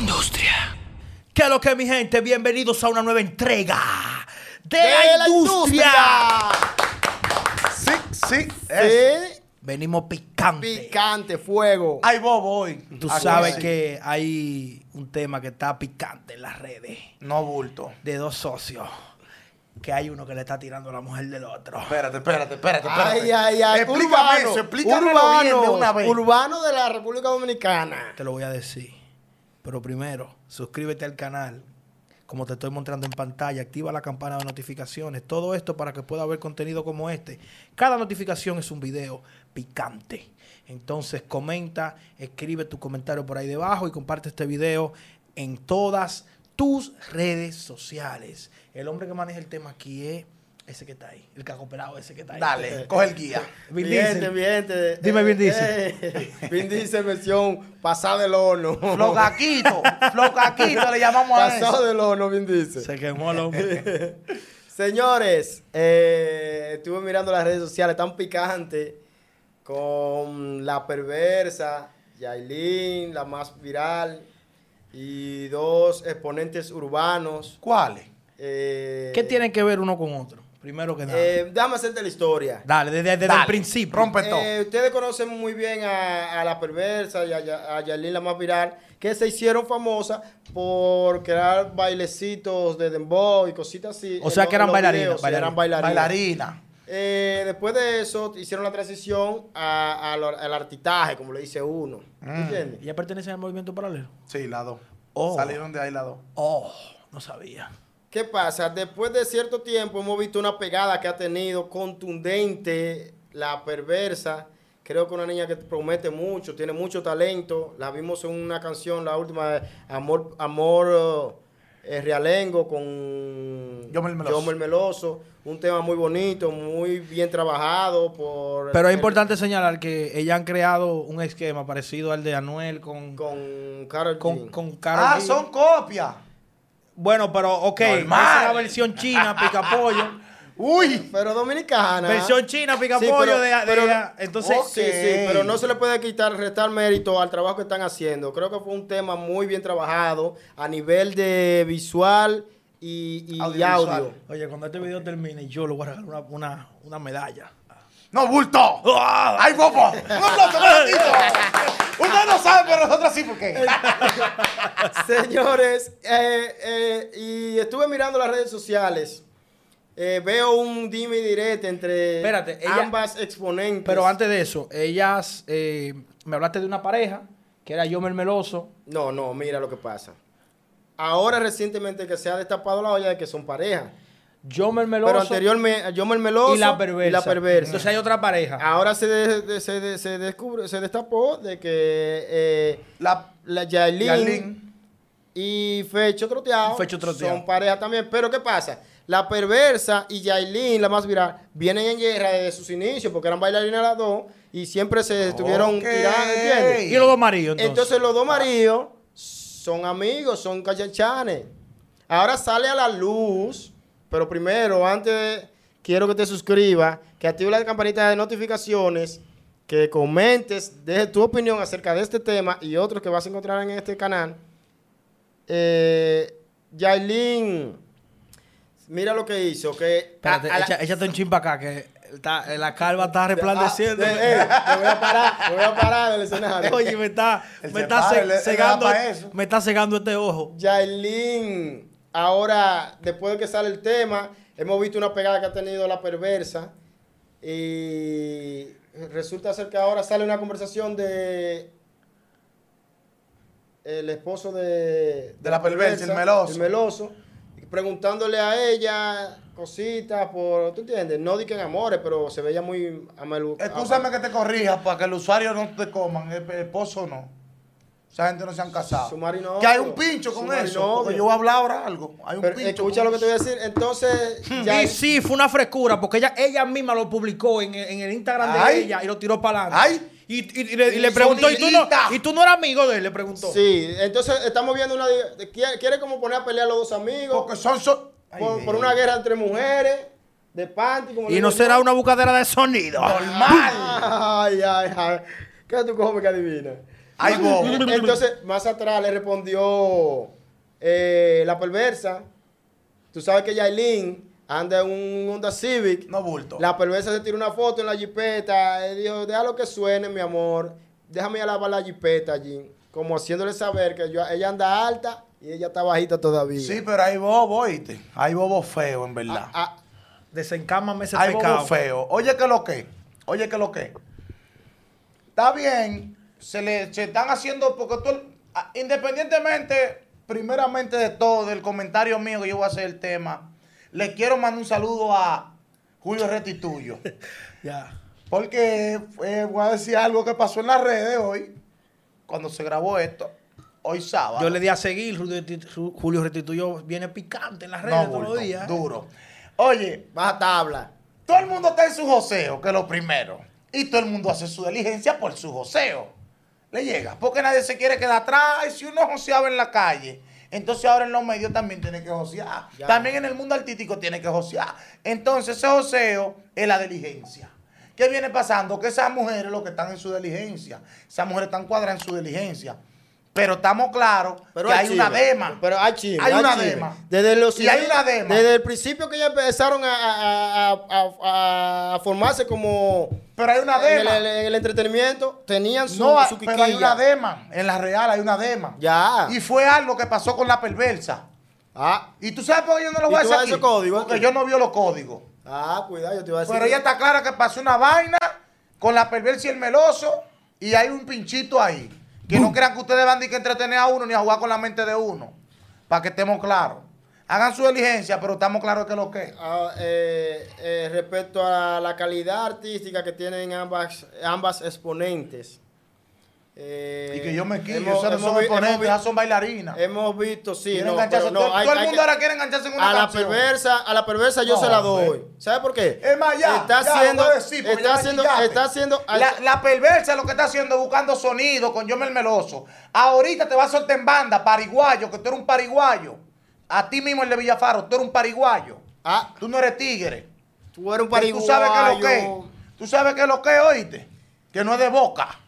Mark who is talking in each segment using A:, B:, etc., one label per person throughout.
A: industria.
B: ¿Qué es lo que mi gente? Bienvenidos a una nueva entrega de,
C: de
B: la,
C: la
B: industria.
C: Sí, sí,
B: Es-
C: sí.
B: Venimos picante.
C: Picante, fuego.
B: Ay, Bobo, hoy. Tú
C: Aquí
B: sabes
C: sí.
B: que hay un tema que está picante en las redes
A: No bulto.
B: de dos socios. Que hay uno que le está tirando a la mujer del otro.
A: Espérate, espérate, espérate, espérate.
C: Ay, ay, ay.
A: Explícame
C: urbano,
A: eso, explícamelo
C: urbano,
A: bien de una vez.
C: Urbano de la República Dominicana.
B: Te lo voy a decir. Pero primero, suscríbete al canal. Como te estoy mostrando en pantalla, activa la campana de notificaciones. Todo esto para que pueda haber contenido como este. Cada notificación es un video picante. Entonces comenta, escribe tu comentario por ahí debajo y comparte este video en todas tus redes sociales. El hombre que maneja el tema aquí es ese que está ahí, el cacopelado ese que está ahí.
A: Dale, coge el guía.
B: Vin
C: Vidente,
B: Diesel.
C: vidente.
B: Dime, Vin Diesel.
C: Eh, Vin Diesel versión pasada del horno.
A: Flocaquito, flocaquito le llamamos a
C: Pasado
A: eso.
C: del horno, Vin Diesel.
B: Se quemó el hombre.
C: Señores, eh, estuve mirando las redes sociales tan picantes con la perversa, Yailin, la más viral, y dos exponentes urbanos.
A: ¿Cuáles?
C: eh,
B: ¿Qué tienen que ver uno con otro? Primero que nada.
C: eh, déjame hacerte la historia.
B: Dale, desde, desde
A: Dale,
B: el principio.
A: rompe todo.
C: Eh, ustedes conocen muy bien a, a la perversa y a, Ya- a Yailin, la más viral, que se hicieron famosas por crear bailecitos de dembow y cositas así.
B: O sea,
C: en
B: que eran
C: los
B: bailarinas,
C: videos, sí, eran
B: bailarinas.
C: bailarinas.
A: Bailarina.
C: Eh, después de eso, hicieron la transición a- a lo- al artitaje, como le dice uno.
B: Mm.
C: ¿Entiendes?
B: ¿Ella pertenece al movimiento paralelo?
A: Sí, la dos.
B: Oh.
A: Salieron de ahí la dos.
B: Oh, no sabía.
C: ¿Qué pasa? Después de cierto tiempo hemos visto una pegada que ha tenido contundente, la perversa. Creo que una niña que promete mucho, tiene mucho talento. La vimos en una canción, la última, Amor, Amor eh, Realengo con
A: Yomel Meloso.
C: Yomel Meloso. Un tema muy bonito, muy bien trabajado por...
B: Pero es
C: el-
B: importante señalar que ella han creado un esquema parecido al de Anuel con, con,
C: Con Karol
B: con,
C: G.
B: Karol
A: ah,
B: G.
A: son copias.
B: Bueno, pero ok, esa es
A: Normal.
B: la versión china, picapollo.
A: Uy.
C: Pero dominicana.
B: versión china,
C: Sí,
B: picapollo
C: pero-
B: de, de-
C: pero-
B: Entonces,
A: Ok.
C: Sí, sí, pero no se le puede quitar, restar mérito al trabajo que están haciendo. Creo que fue un tema muy bien trabajado a nivel de visual y, y
A: Audiovisual.
C: audio.
B: oye, cuando este video termine, yo le voy a regalar una, una, una medalla.
A: No bulto.
B: Ah,
A: ¡Ay, bobo! ¡Un aplauso, maldito! Usted no sabe, pero nosotros sí, porque.
C: Señores, eh, eh, y estuve mirando las redes sociales. Eh, veo un dime y direte entre
B: Espérate, ella-
C: ambas exponentes.
B: Pero antes de eso, ellas, eh, me hablaste de una pareja, que era yo Meloso.
C: No, no, mira lo que pasa. Ahora recientemente que se ha destapado la olla de que son pareja.
B: Yo Meloso.
C: Pero anteriormente, yo el meloso
B: y la perversa.
C: Y la perversa. Ah,
B: Entonces hay otra pareja.
C: Ahora se, de- de- se, de- se descubre, se destapó de que eh,
A: La.
C: la Yailin,
A: Yailin.
C: y Fecho Troteado,
B: Fecho Troteado.
C: son pareja también. Pero ¿qué pasa? La perversa y Yailin, la más viral, vienen en guerra desde sus inicios porque eran bailarinas las dos y siempre se estuvieron
A: Ok.
C: tirando, ¿entiendes?
B: Y los dos maridos, entonces.
C: Entonces los dos maridos son amigos, son cachachanes. Ahora sale a la luz, pero primero, antes quiero que te suscribas, que active la campanita de notificaciones, que comentes, dejes tu opinión acerca de este tema y otros que vas a encontrar en este canal. Eh, Yailin, mira lo que hizo, que... a-
B: Espérate,
C: a la-
B: echa- échate un chimpa acá, que está- eh, la calva está resplandeciendo.
C: Ah, eh, eh, me voy a parar, me voy a parar del escenario.
B: Oye, me está,
A: Él
B: me
A: se
B: está
A: para,
B: ce-
A: él- él
B: cegando, e-
A: da pa' eso.
B: me está cegando este ojo.
C: Yailin, ahora, después de que sale el tema, hemos visto una pegada que ha tenido la perversa. Y resulta ser que ahora sale una conversación de. El esposo de. De,
A: la perversa, el meloso.
C: el meloso, Preguntándole a ella cositas por. ¿Tú entiendes? No di que en amores, pero se veía muy. amelu-
A: Ah, Escúchame que te corrija para que el usuario no te coman, el el esposo no. Esa gente no se han casado.
C: Su marino
A: que hay
C: odio.
A: un pincho con
C: Su
A: eso.
C: marino
A: porque
C: odio.
A: yo voy a hablar ahora algo. Hay un
C: Pero
A: pincho.
C: escucha lo
A: con
C: que te voy a decir. Entonces.
B: Y sí, fue una frescura, porque ella, ella misma lo publicó en, en el Instagram de
A: Ay.
B: ella y lo tiró para adelante.
A: Ay.
B: Y, y- y le, y le
A: Y
B: preguntó, ¿y tú, no,
A: sonidita.
B: ¿y tú no eras amigo de él? Le preguntó.
C: Sí, entonces estamos viendo una. di- Quiere, quiere como poner a pelear a los dos amigos
A: Porque son. so- Ay,
C: por, por
A: Dios.
C: una guerra entre mujeres, de panty. Como
B: Y
C: le
B: no
C: digo
B: será
C: yo.
B: una bucadera de sonido.
A: Normal.
C: Ay, ay, ay. ¿Qué tú comes que adivina?
A: Ay, bobo.
C: Entonces, más atrás le respondió eh, la perversa. Tú sabes que Yailin anda en un Honda Civic.
A: No bulto.
C: La perversa se tiró una foto en la jipeta. Él dijo, déjalo que suene, mi amor. Déjame ir a lavar la jipeta allí. Como haciéndole saber que yo- ella anda alta y ella está bajita todavía.
A: Sí, pero hay bobo, oíste. Hay bobo feo, en verdad.
C: Ah, ah,
B: Desencámame ese
A: Hay bobo
B: pecado.
A: feo. Oye, que lo que. Oye, que lo que. Está bien. Se le se están haciendo. Porque tú. ah, Independientemente, primeramente de todo, del comentario mío que yo voy a hacer el tema, le quiero mandar un saludo a Julio Retituyo.
B: Ya.
A: Porque eh, voy a decir algo que pasó en las redes hoy, cuando se grabó esto, hoy sábado.
B: Yo le di a seguir, Julio Restitu- Julio Restituyó viene picante en las redes
A: no,
B: todos
A: bulto,
B: los días.
A: duro. Oye,
C: baja tabla.
A: Todo el mundo está en su joseo, que es lo primero. Y todo el mundo hace su diligencia por su joseo. Le llega. Porque nadie se quiere quedar atrás. Y si uno joseaba en la calle, entonces ahora en los medios también tiene que josear.
C: Ya.
A: También en el mundo artístico tiene que josear. Entonces ese joseo es la diligencia. ¿Qué viene pasando? Que esas mujeres lo que están en su diligencia. Esas mujeres están cuadradas en su diligencia. Pero estamos claros
C: Pero
A: que hay una
C: chisme.
A: dema.
C: Pero hay chisme,
A: Hay una
C: chisme.
A: dema.
C: Desde los
A: Y hay
C: inicios-
A: una dema.
C: Desde el principio que ya empezaron a, a- a- a- a- a formarse como
A: Pero hay una
C: en el,
A: dema.
C: en el entretenimiento, tenían su,
A: No,
C: su
A: pero hay
C: quiquilla.
A: una dema. En la real hay una dema.
C: Ya.
A: Y fue algo que pasó con la perversa.
C: Ah,
A: Y tú sabes por qué yo no lo
C: ¿Y
A: voy a
C: tú
A: decir.
C: vas a esos
A: aquí?
C: códigos
A: Porque
C: aquí?
A: yo no vio los códigos.
C: ah, cuidado, yo te iba a decir.
A: Pero ella está clara que pasó una vaina con la perversa y el meloso. Y hay un pinchito ahí. Que no crean que ustedes van ni que entretener a uno ni a jugar con la mente de uno. Para que estemos claros. Hagan su diligencia, pero estamos claros que lo que es.
C: Ah, eh, eh, respecto a la calidad artística que tienen ambas, ambas exponentes. Eh,
A: y que yo me quillo,
C: hemos-
A: esas no
C: hemos
A: son
C: vi-
A: exponentes, ah.
C: hemos vi-
A: esas son bailarinas.
C: Hemos visto, sí.
A: Quieren
C: No,
A: engancharse-
C: pero no,
A: todo
C: hay-
A: todo el
C: hay
A: mundo
C: que-
A: ahora quiere engancharse en una
C: a la
A: canción.
C: perversa, a la perversa yo
A: No,
C: se la
A: hombre.
C: doy. ¿Sabe por qué?
A: Es más, ya.
C: Está
A: ya,
C: haciendo,
A: lo voy a decir, porque ya
C: está
A: me
C: haciendo,
A: chingaste.
C: está haciendo,
A: La, la perversa lo que está haciendo es buscando sonido con Yomel Meloso. Ahorita te va a soltar en banda, pariguayo, que tú eres un pariguayo. A ti mismo el de Villafaro, tú eres un pariguayo.
C: Ah,
A: Tú no eres tigre.
C: tú eres un
A: Que
C: pariguayo.
A: Tú sabes que lo que es. Tú sabes que lo que es, oíste. Que no es de boca.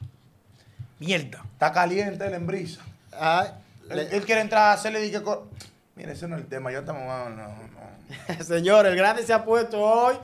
B: Mierda.
A: Está caliente el embrisa.
C: Ah,
A: Él,
C: le-
A: él quiere entrar a hacerle dije. co- Mira, ese no es el tema. Yo estamos. No, no, no.
C: Señor, el grande se ha puesto hoy.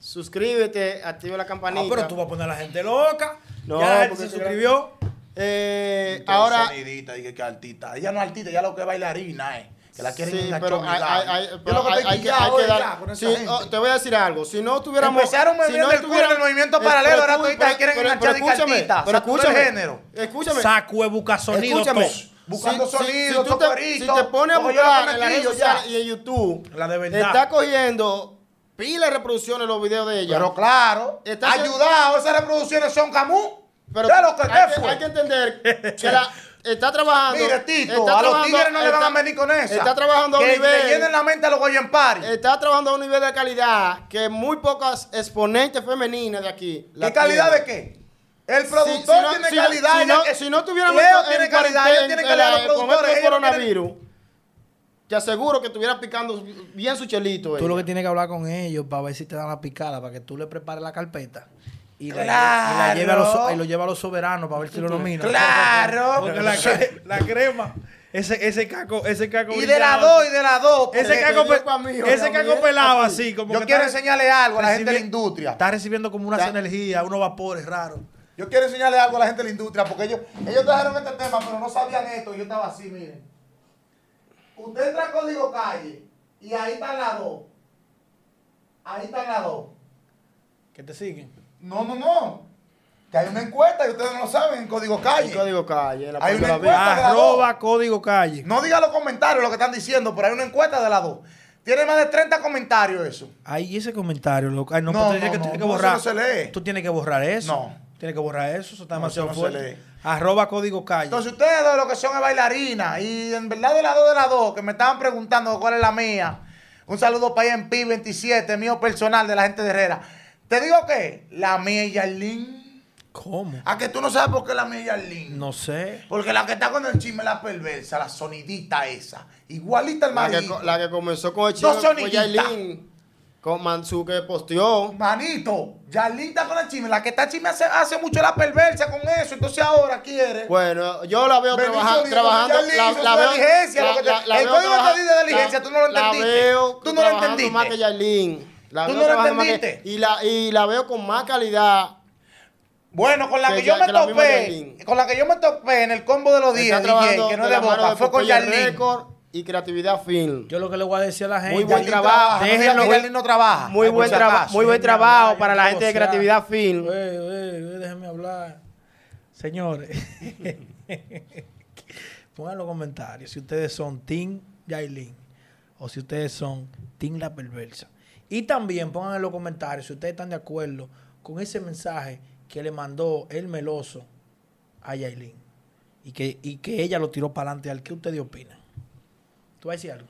C: Suscríbete, activa la campanita.
B: Ah, pero tú vas a poner a la gente loca.
C: No,
B: ya la gente
C: porque
B: se
C: tú-
B: suscribió.
C: Eh,
A: Pero
C: ahora,
A: sonidita, dije que artista. Ella no es artista, ella lo que es bailarina, eh. Que la quieren
C: Sí,
A: enganchar,
C: pero hay,
A: obligada.
C: hay- hay-
A: Yo
C: pero
A: lo que
C: hay-
A: estoy
C: hay que,
A: quillado
C: hay que
A: es ya
C: dar.
A: con esa
C: sí,
A: gente.
C: oh, te voy a decir algo. Si no tuviéramos.
A: Empezaron moviendo el culo en el
C: tuviéramos-
A: movimiento
C: eh,
A: paralelo,
C: pero
A: ahora
C: escu-
A: todita quieren enganchar de cartita,
C: Pero
A: satura el
C: escúchame.
A: género.
C: Escúchame.
B: Saco de busca sonido.
C: escúchame.
B: tos.
A: Buscando sonido,
C: tú te-
A: tocorito,
C: si te pones a
A: como yo la
C: buscar en las redes
A: cometillo,
C: sociales
A: ya.
C: y en YouTube,
B: La de verdad.
C: está cogiendo pila de reproducciones los videos de ella.
A: Pero claro,
C: Está haciendo-
A: ayudado, esas reproducciones son Camus.
C: Pero
A: Ya lo que
C: hay,
A: te
C: que,
A: fue.
C: hay que entender que la, está trabajando.
A: Mire, Tito,
C: está
A: a los
C: trabajando-
A: tigres no le van
C: está-
A: a venir con eso.
C: Está trabajando a un
A: que
C: nivel. Eh,
A: Que llenen la mente a los Goyen Party.
C: Está trabajando a un nivel de calidad que muy pocas exponentes femeninas de aquí. la
A: ¿Qué calidad
C: tienen.
A: de qué? El
C: Si-
A: productor
C: si no-
A: tiene
C: si no-
A: calidad.
C: Si
A: ella
C: no,
A: que-
C: si no tuviéramos
A: Leo
C: el
A: tiene calidad,
C: cuarentena-
A: ella tiene calidad.
C: eh,
A: Los
C: con esto
A: productores.
C: del
A: ellos no tienen-
C: coronavirus, te aseguro que estuviera picando bien su chelito. eh.
B: Tú
C: ella.
B: lo que tienes que hablar con ellos para ver si te dan la picada, para que tú le prepares la carpeta. Y la,
A: Claro.
B: y la lleve a los, so- y lo lleve a los soberanos para ver si lo nominan.
A: Claro.
B: Porque la, cre- la crema, ese, ese caco, ese caco.
A: Y de
B: brillaba.
A: la 2 y de la 2.
B: Ese
C: que
B: caco,
C: te dio
B: pe-
C: pa' mí,
B: ese
C: oye,
B: caco
C: Gabriel.
B: pelado así, como
A: Yo
B: que
A: quiero
B: está-
A: enseñarle algo a la gente de la
B: recibi-
A: industria.
B: Está recibiendo como unas
C: Está-
B: energías, unos vapores raros.
A: Yo quiero enseñarle algo a la gente de la industria, porque ellos, ellos trajeron este tema, pero no sabían esto. Yo estaba así, miren. Usted entra a código calle y ahí están las dos. Ahí están las dos.
B: Que te siguen.
A: No, no, no. Que hay una encuesta y ustedes no lo saben en código calle.
C: El código calle, la puerta
A: Hay una
C: de la vida.
A: encuesta.
B: Arroba código calle.
A: No diga los comentarios lo que están diciendo, pero hay una encuesta de las dos. Tiene más de 30 comentarios eso.
B: Ay, ese comentario, loco. Ay, no,
A: No,
B: pero tienes
A: no,
B: que,
A: no,
B: tienes que
A: no,
B: borrar.
A: eso no se lee.
B: Tú tienes que borrar eso.
A: No.
B: Tienes que borrar eso. Eso está
A: No,
B: demasiado
A: eso no se
B: fuerte.
A: lee.
B: Arroba código calle.
A: Entonces ustedes dos lo que son es bailarina. Y en verdad de las dos de las dos, que me estaban preguntando cuál es la mía. Un saludo para en pi 27 mío personal de la gente de Herrera. Te digo que la mía es Yarlín.
B: ¿Cómo?
A: A que tú no sabes por qué la mía es Yarlín.
B: No sé.
A: Porque la que está con el chisme es la perversa, la sonidita esa. Igualita al
C: La que,
A: marido.
C: co- la que comenzó con el chico
A: Dos soniditas.
C: Yailin. Con Mansu que posteó.
A: Manito, Yarlín está con la chisme. La que está chisme hace, hace mucho la perversa con eso. Entonces ahora quiere.
C: Bueno, yo la veo
A: Benito
C: trabaja-
A: dijo,
C: trabajando.
A: Yarlín
C: La,
A: hizo
C: la
A: su
C: veo.
A: diligencia,
C: la-
A: lo que te-
C: la- la
A: el
C: veo
A: código
C: trabaja-
A: te dice de diligencia,
C: la-
A: tú no lo
C: La
A: entendiste.
C: veo
A: Tú no lo
C: trabajando más
A: entendiste.
C: que Yailin. La
A: Tú
C: veo
A: no lo
C: trabajando más que-
A: entendiste.
C: y, la, y la veo con más calidad.
A: Bueno, con la que,
C: Que
A: yo
C: ya-
A: me
C: que la misma
A: topé,
C: Yarlín.
A: con la que yo me topé en el combo de los
C: Está
A: días, DJ,
C: trabajando
A: que no es
C: de
A: de
C: la mano
A: boca,
C: de
A: fue con
C: Popeye
A: Yarlín.
C: Record y Creatividad Film.
B: Yo lo que le voy a decir a la gente.
C: Muy buen
A: Yarlín
C: trabajo.
A: trabaja, no digas
B: Déjenlo.
A: que Yarlín no trabaja.
C: Muy
A: Ay,
C: buen
A: por si
C: traba-
A: acaso.
C: muy buen
B: Déjenme
C: trabajo
B: hablar, yo
C: para la
B: quiero
C: gente de
B: gozar.
C: Creatividad Film.
B: Ey, ey, ey, déjenme hablar. Señores, pongan en los comentarios si ustedes son Team Yailin o si ustedes son Team La Perversa. Y también pongan en los comentarios si ustedes están de acuerdo con ese mensaje que le mandó el meloso a Yailin y que, y que ella lo tiró para adelante. ¿Qué ustedes opinan? ¿Tú vas a decir algo?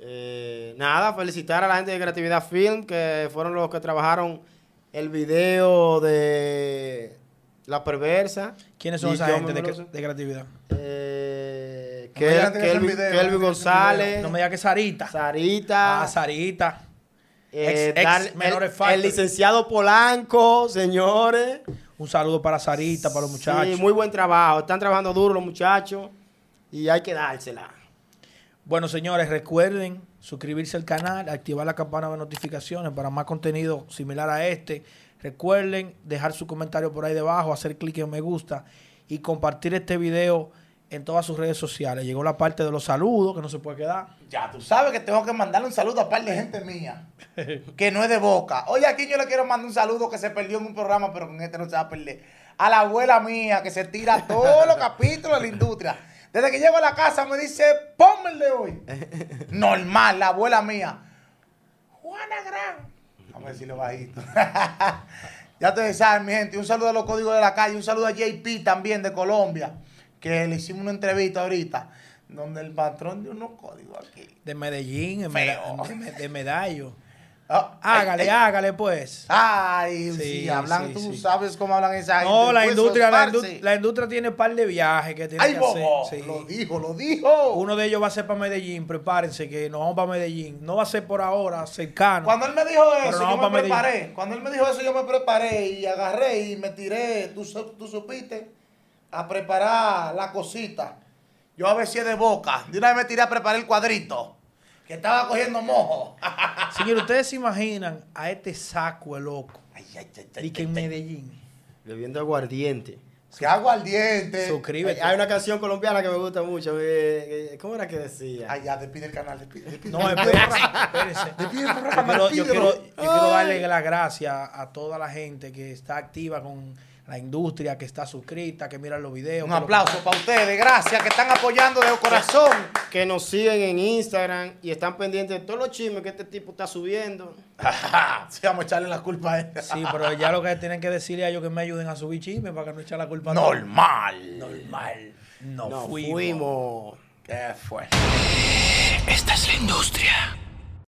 C: Eh, nada, felicitar a la gente de Creatividad Film, que fueron los que trabajaron el video de La Perversa.
B: ¿Quiénes son
C: Y
B: esa
C: yo
B: gente
C: me
B: de,
C: lo
B: cre-
C: sé.
B: de creatividad?
C: Eh,
A: No me
C: Kel-
A: digas que es un
C: Kelvin,
A: video,
C: Kelvin
A: no me digas que es un
C: González,
B: No me digas que Sarita.
C: Sarita,
B: Ah, Sarita.
C: eh,
B: ex- ex
C: Dar- el-
B: Menores
C: el,
B: Factory.
C: licenciado Polanco, señores.
B: Un saludo para Sarita, para los muchachos.
C: Sí, muy buen trabajo. Están trabajando duro los muchachos y hay que dársela.
B: Bueno, señores, recuerden suscribirse al canal, activar la campana de notificaciones para más contenido similar a este. Recuerden dejar su comentario por ahí debajo, hacer clic en me gusta y compartir este video en todas sus redes sociales. Llegó la parte de los saludos que no se puede quedar.
A: Ya tú sabes que tengo que mandarle un saludo a un par de gente mía que no es de boca. Oye, aquí yo le quiero mandar un saludo que se perdió en un programa, pero con este no se va a perder. A la abuela mía que se tira todos los capítulos de la industria. Desde que llego a la casa me dice, ponme el de hoy. Normal, la abuela mía. Juana Gran. Vamos a decirlo bajito. ya ustedes saben, mi gente. Un saludo a los códigos de la calle. Un saludo a JP también de Colombia, que le hicimos una entrevista ahorita, donde el patrón dio unos códigos aquí.
B: De Medellín, en Meda-
A: Feo.
B: de, Me- de Medallo.
A: Ah,
B: Hágale,
A: ay,
B: hágale pues.
A: Ay, sí,
B: Sí,
A: hablan,
B: sí,
A: tú
B: sí.
A: sabes cómo hablan esa gente.
B: No, la
A: Pues,
B: industria, la,
A: parce.
B: indu- la industria tiene un par de viajes que tiene
A: Ay,
B: que
A: bobo,
B: hacer. Sí.
A: lo dijo, lo dijo.
B: Uno de ellos va a ser para Medellín, prepárense que nos vamos para Medellín. No va a ser por ahora, cercano.
A: Cuando él me dijo
B: Pero
A: eso,
B: no,
A: yo
B: pa'
A: me
B: Medellín.
A: preparé. Cuando él me dijo eso, yo me preparé y agarré y me tiré. Tú, su- tú supiste a preparar la cosita. Yo a veces de boca. De una vez me tiré a preparar el cuadrito. Que estaba cogiendo mojo. Ay,
B: Señor, ustedes se imaginan a este saco el loco
A: ay, ay, ay,
B: y que en
A: ay, ay.
B: Medellín.
C: Bebiendo aguardiente.
A: Que hago al diente.
B: Suscríbete.
C: Hay una canción colombiana que me gusta mucho. eh, eh, ¿Cómo era que decía?
A: Ay, ya, despide el canal, despide, despide.
B: No, espérense, espérense.
A: Despide, por
B: Yo
A: favor,
B: quiero, yo
A: despídelo.
B: quiero- yo quiero
A: Ay.
B: darle las gracias a toda la gente que está activa con la industria, que está suscrita, que mira los videos.
A: Un
B: que lo
A: aplauso para ustedes, gracias, que están apoyando de corazón.
C: que nos siguen en Instagram y están pendientes de todos los chismes que este tipo está subiendo.
A: sí, vamos a echarle la culpa a él.
B: Sí, pero ya lo que tienen que decirle a ellos que me ayuden a subir chisme para que no echar la culpa a todos.
A: Normal.
B: Normal. No,
C: Nos
B: fuimos.
C: fuimos.
A: ¿Qué fue?
D: Esta es la industria.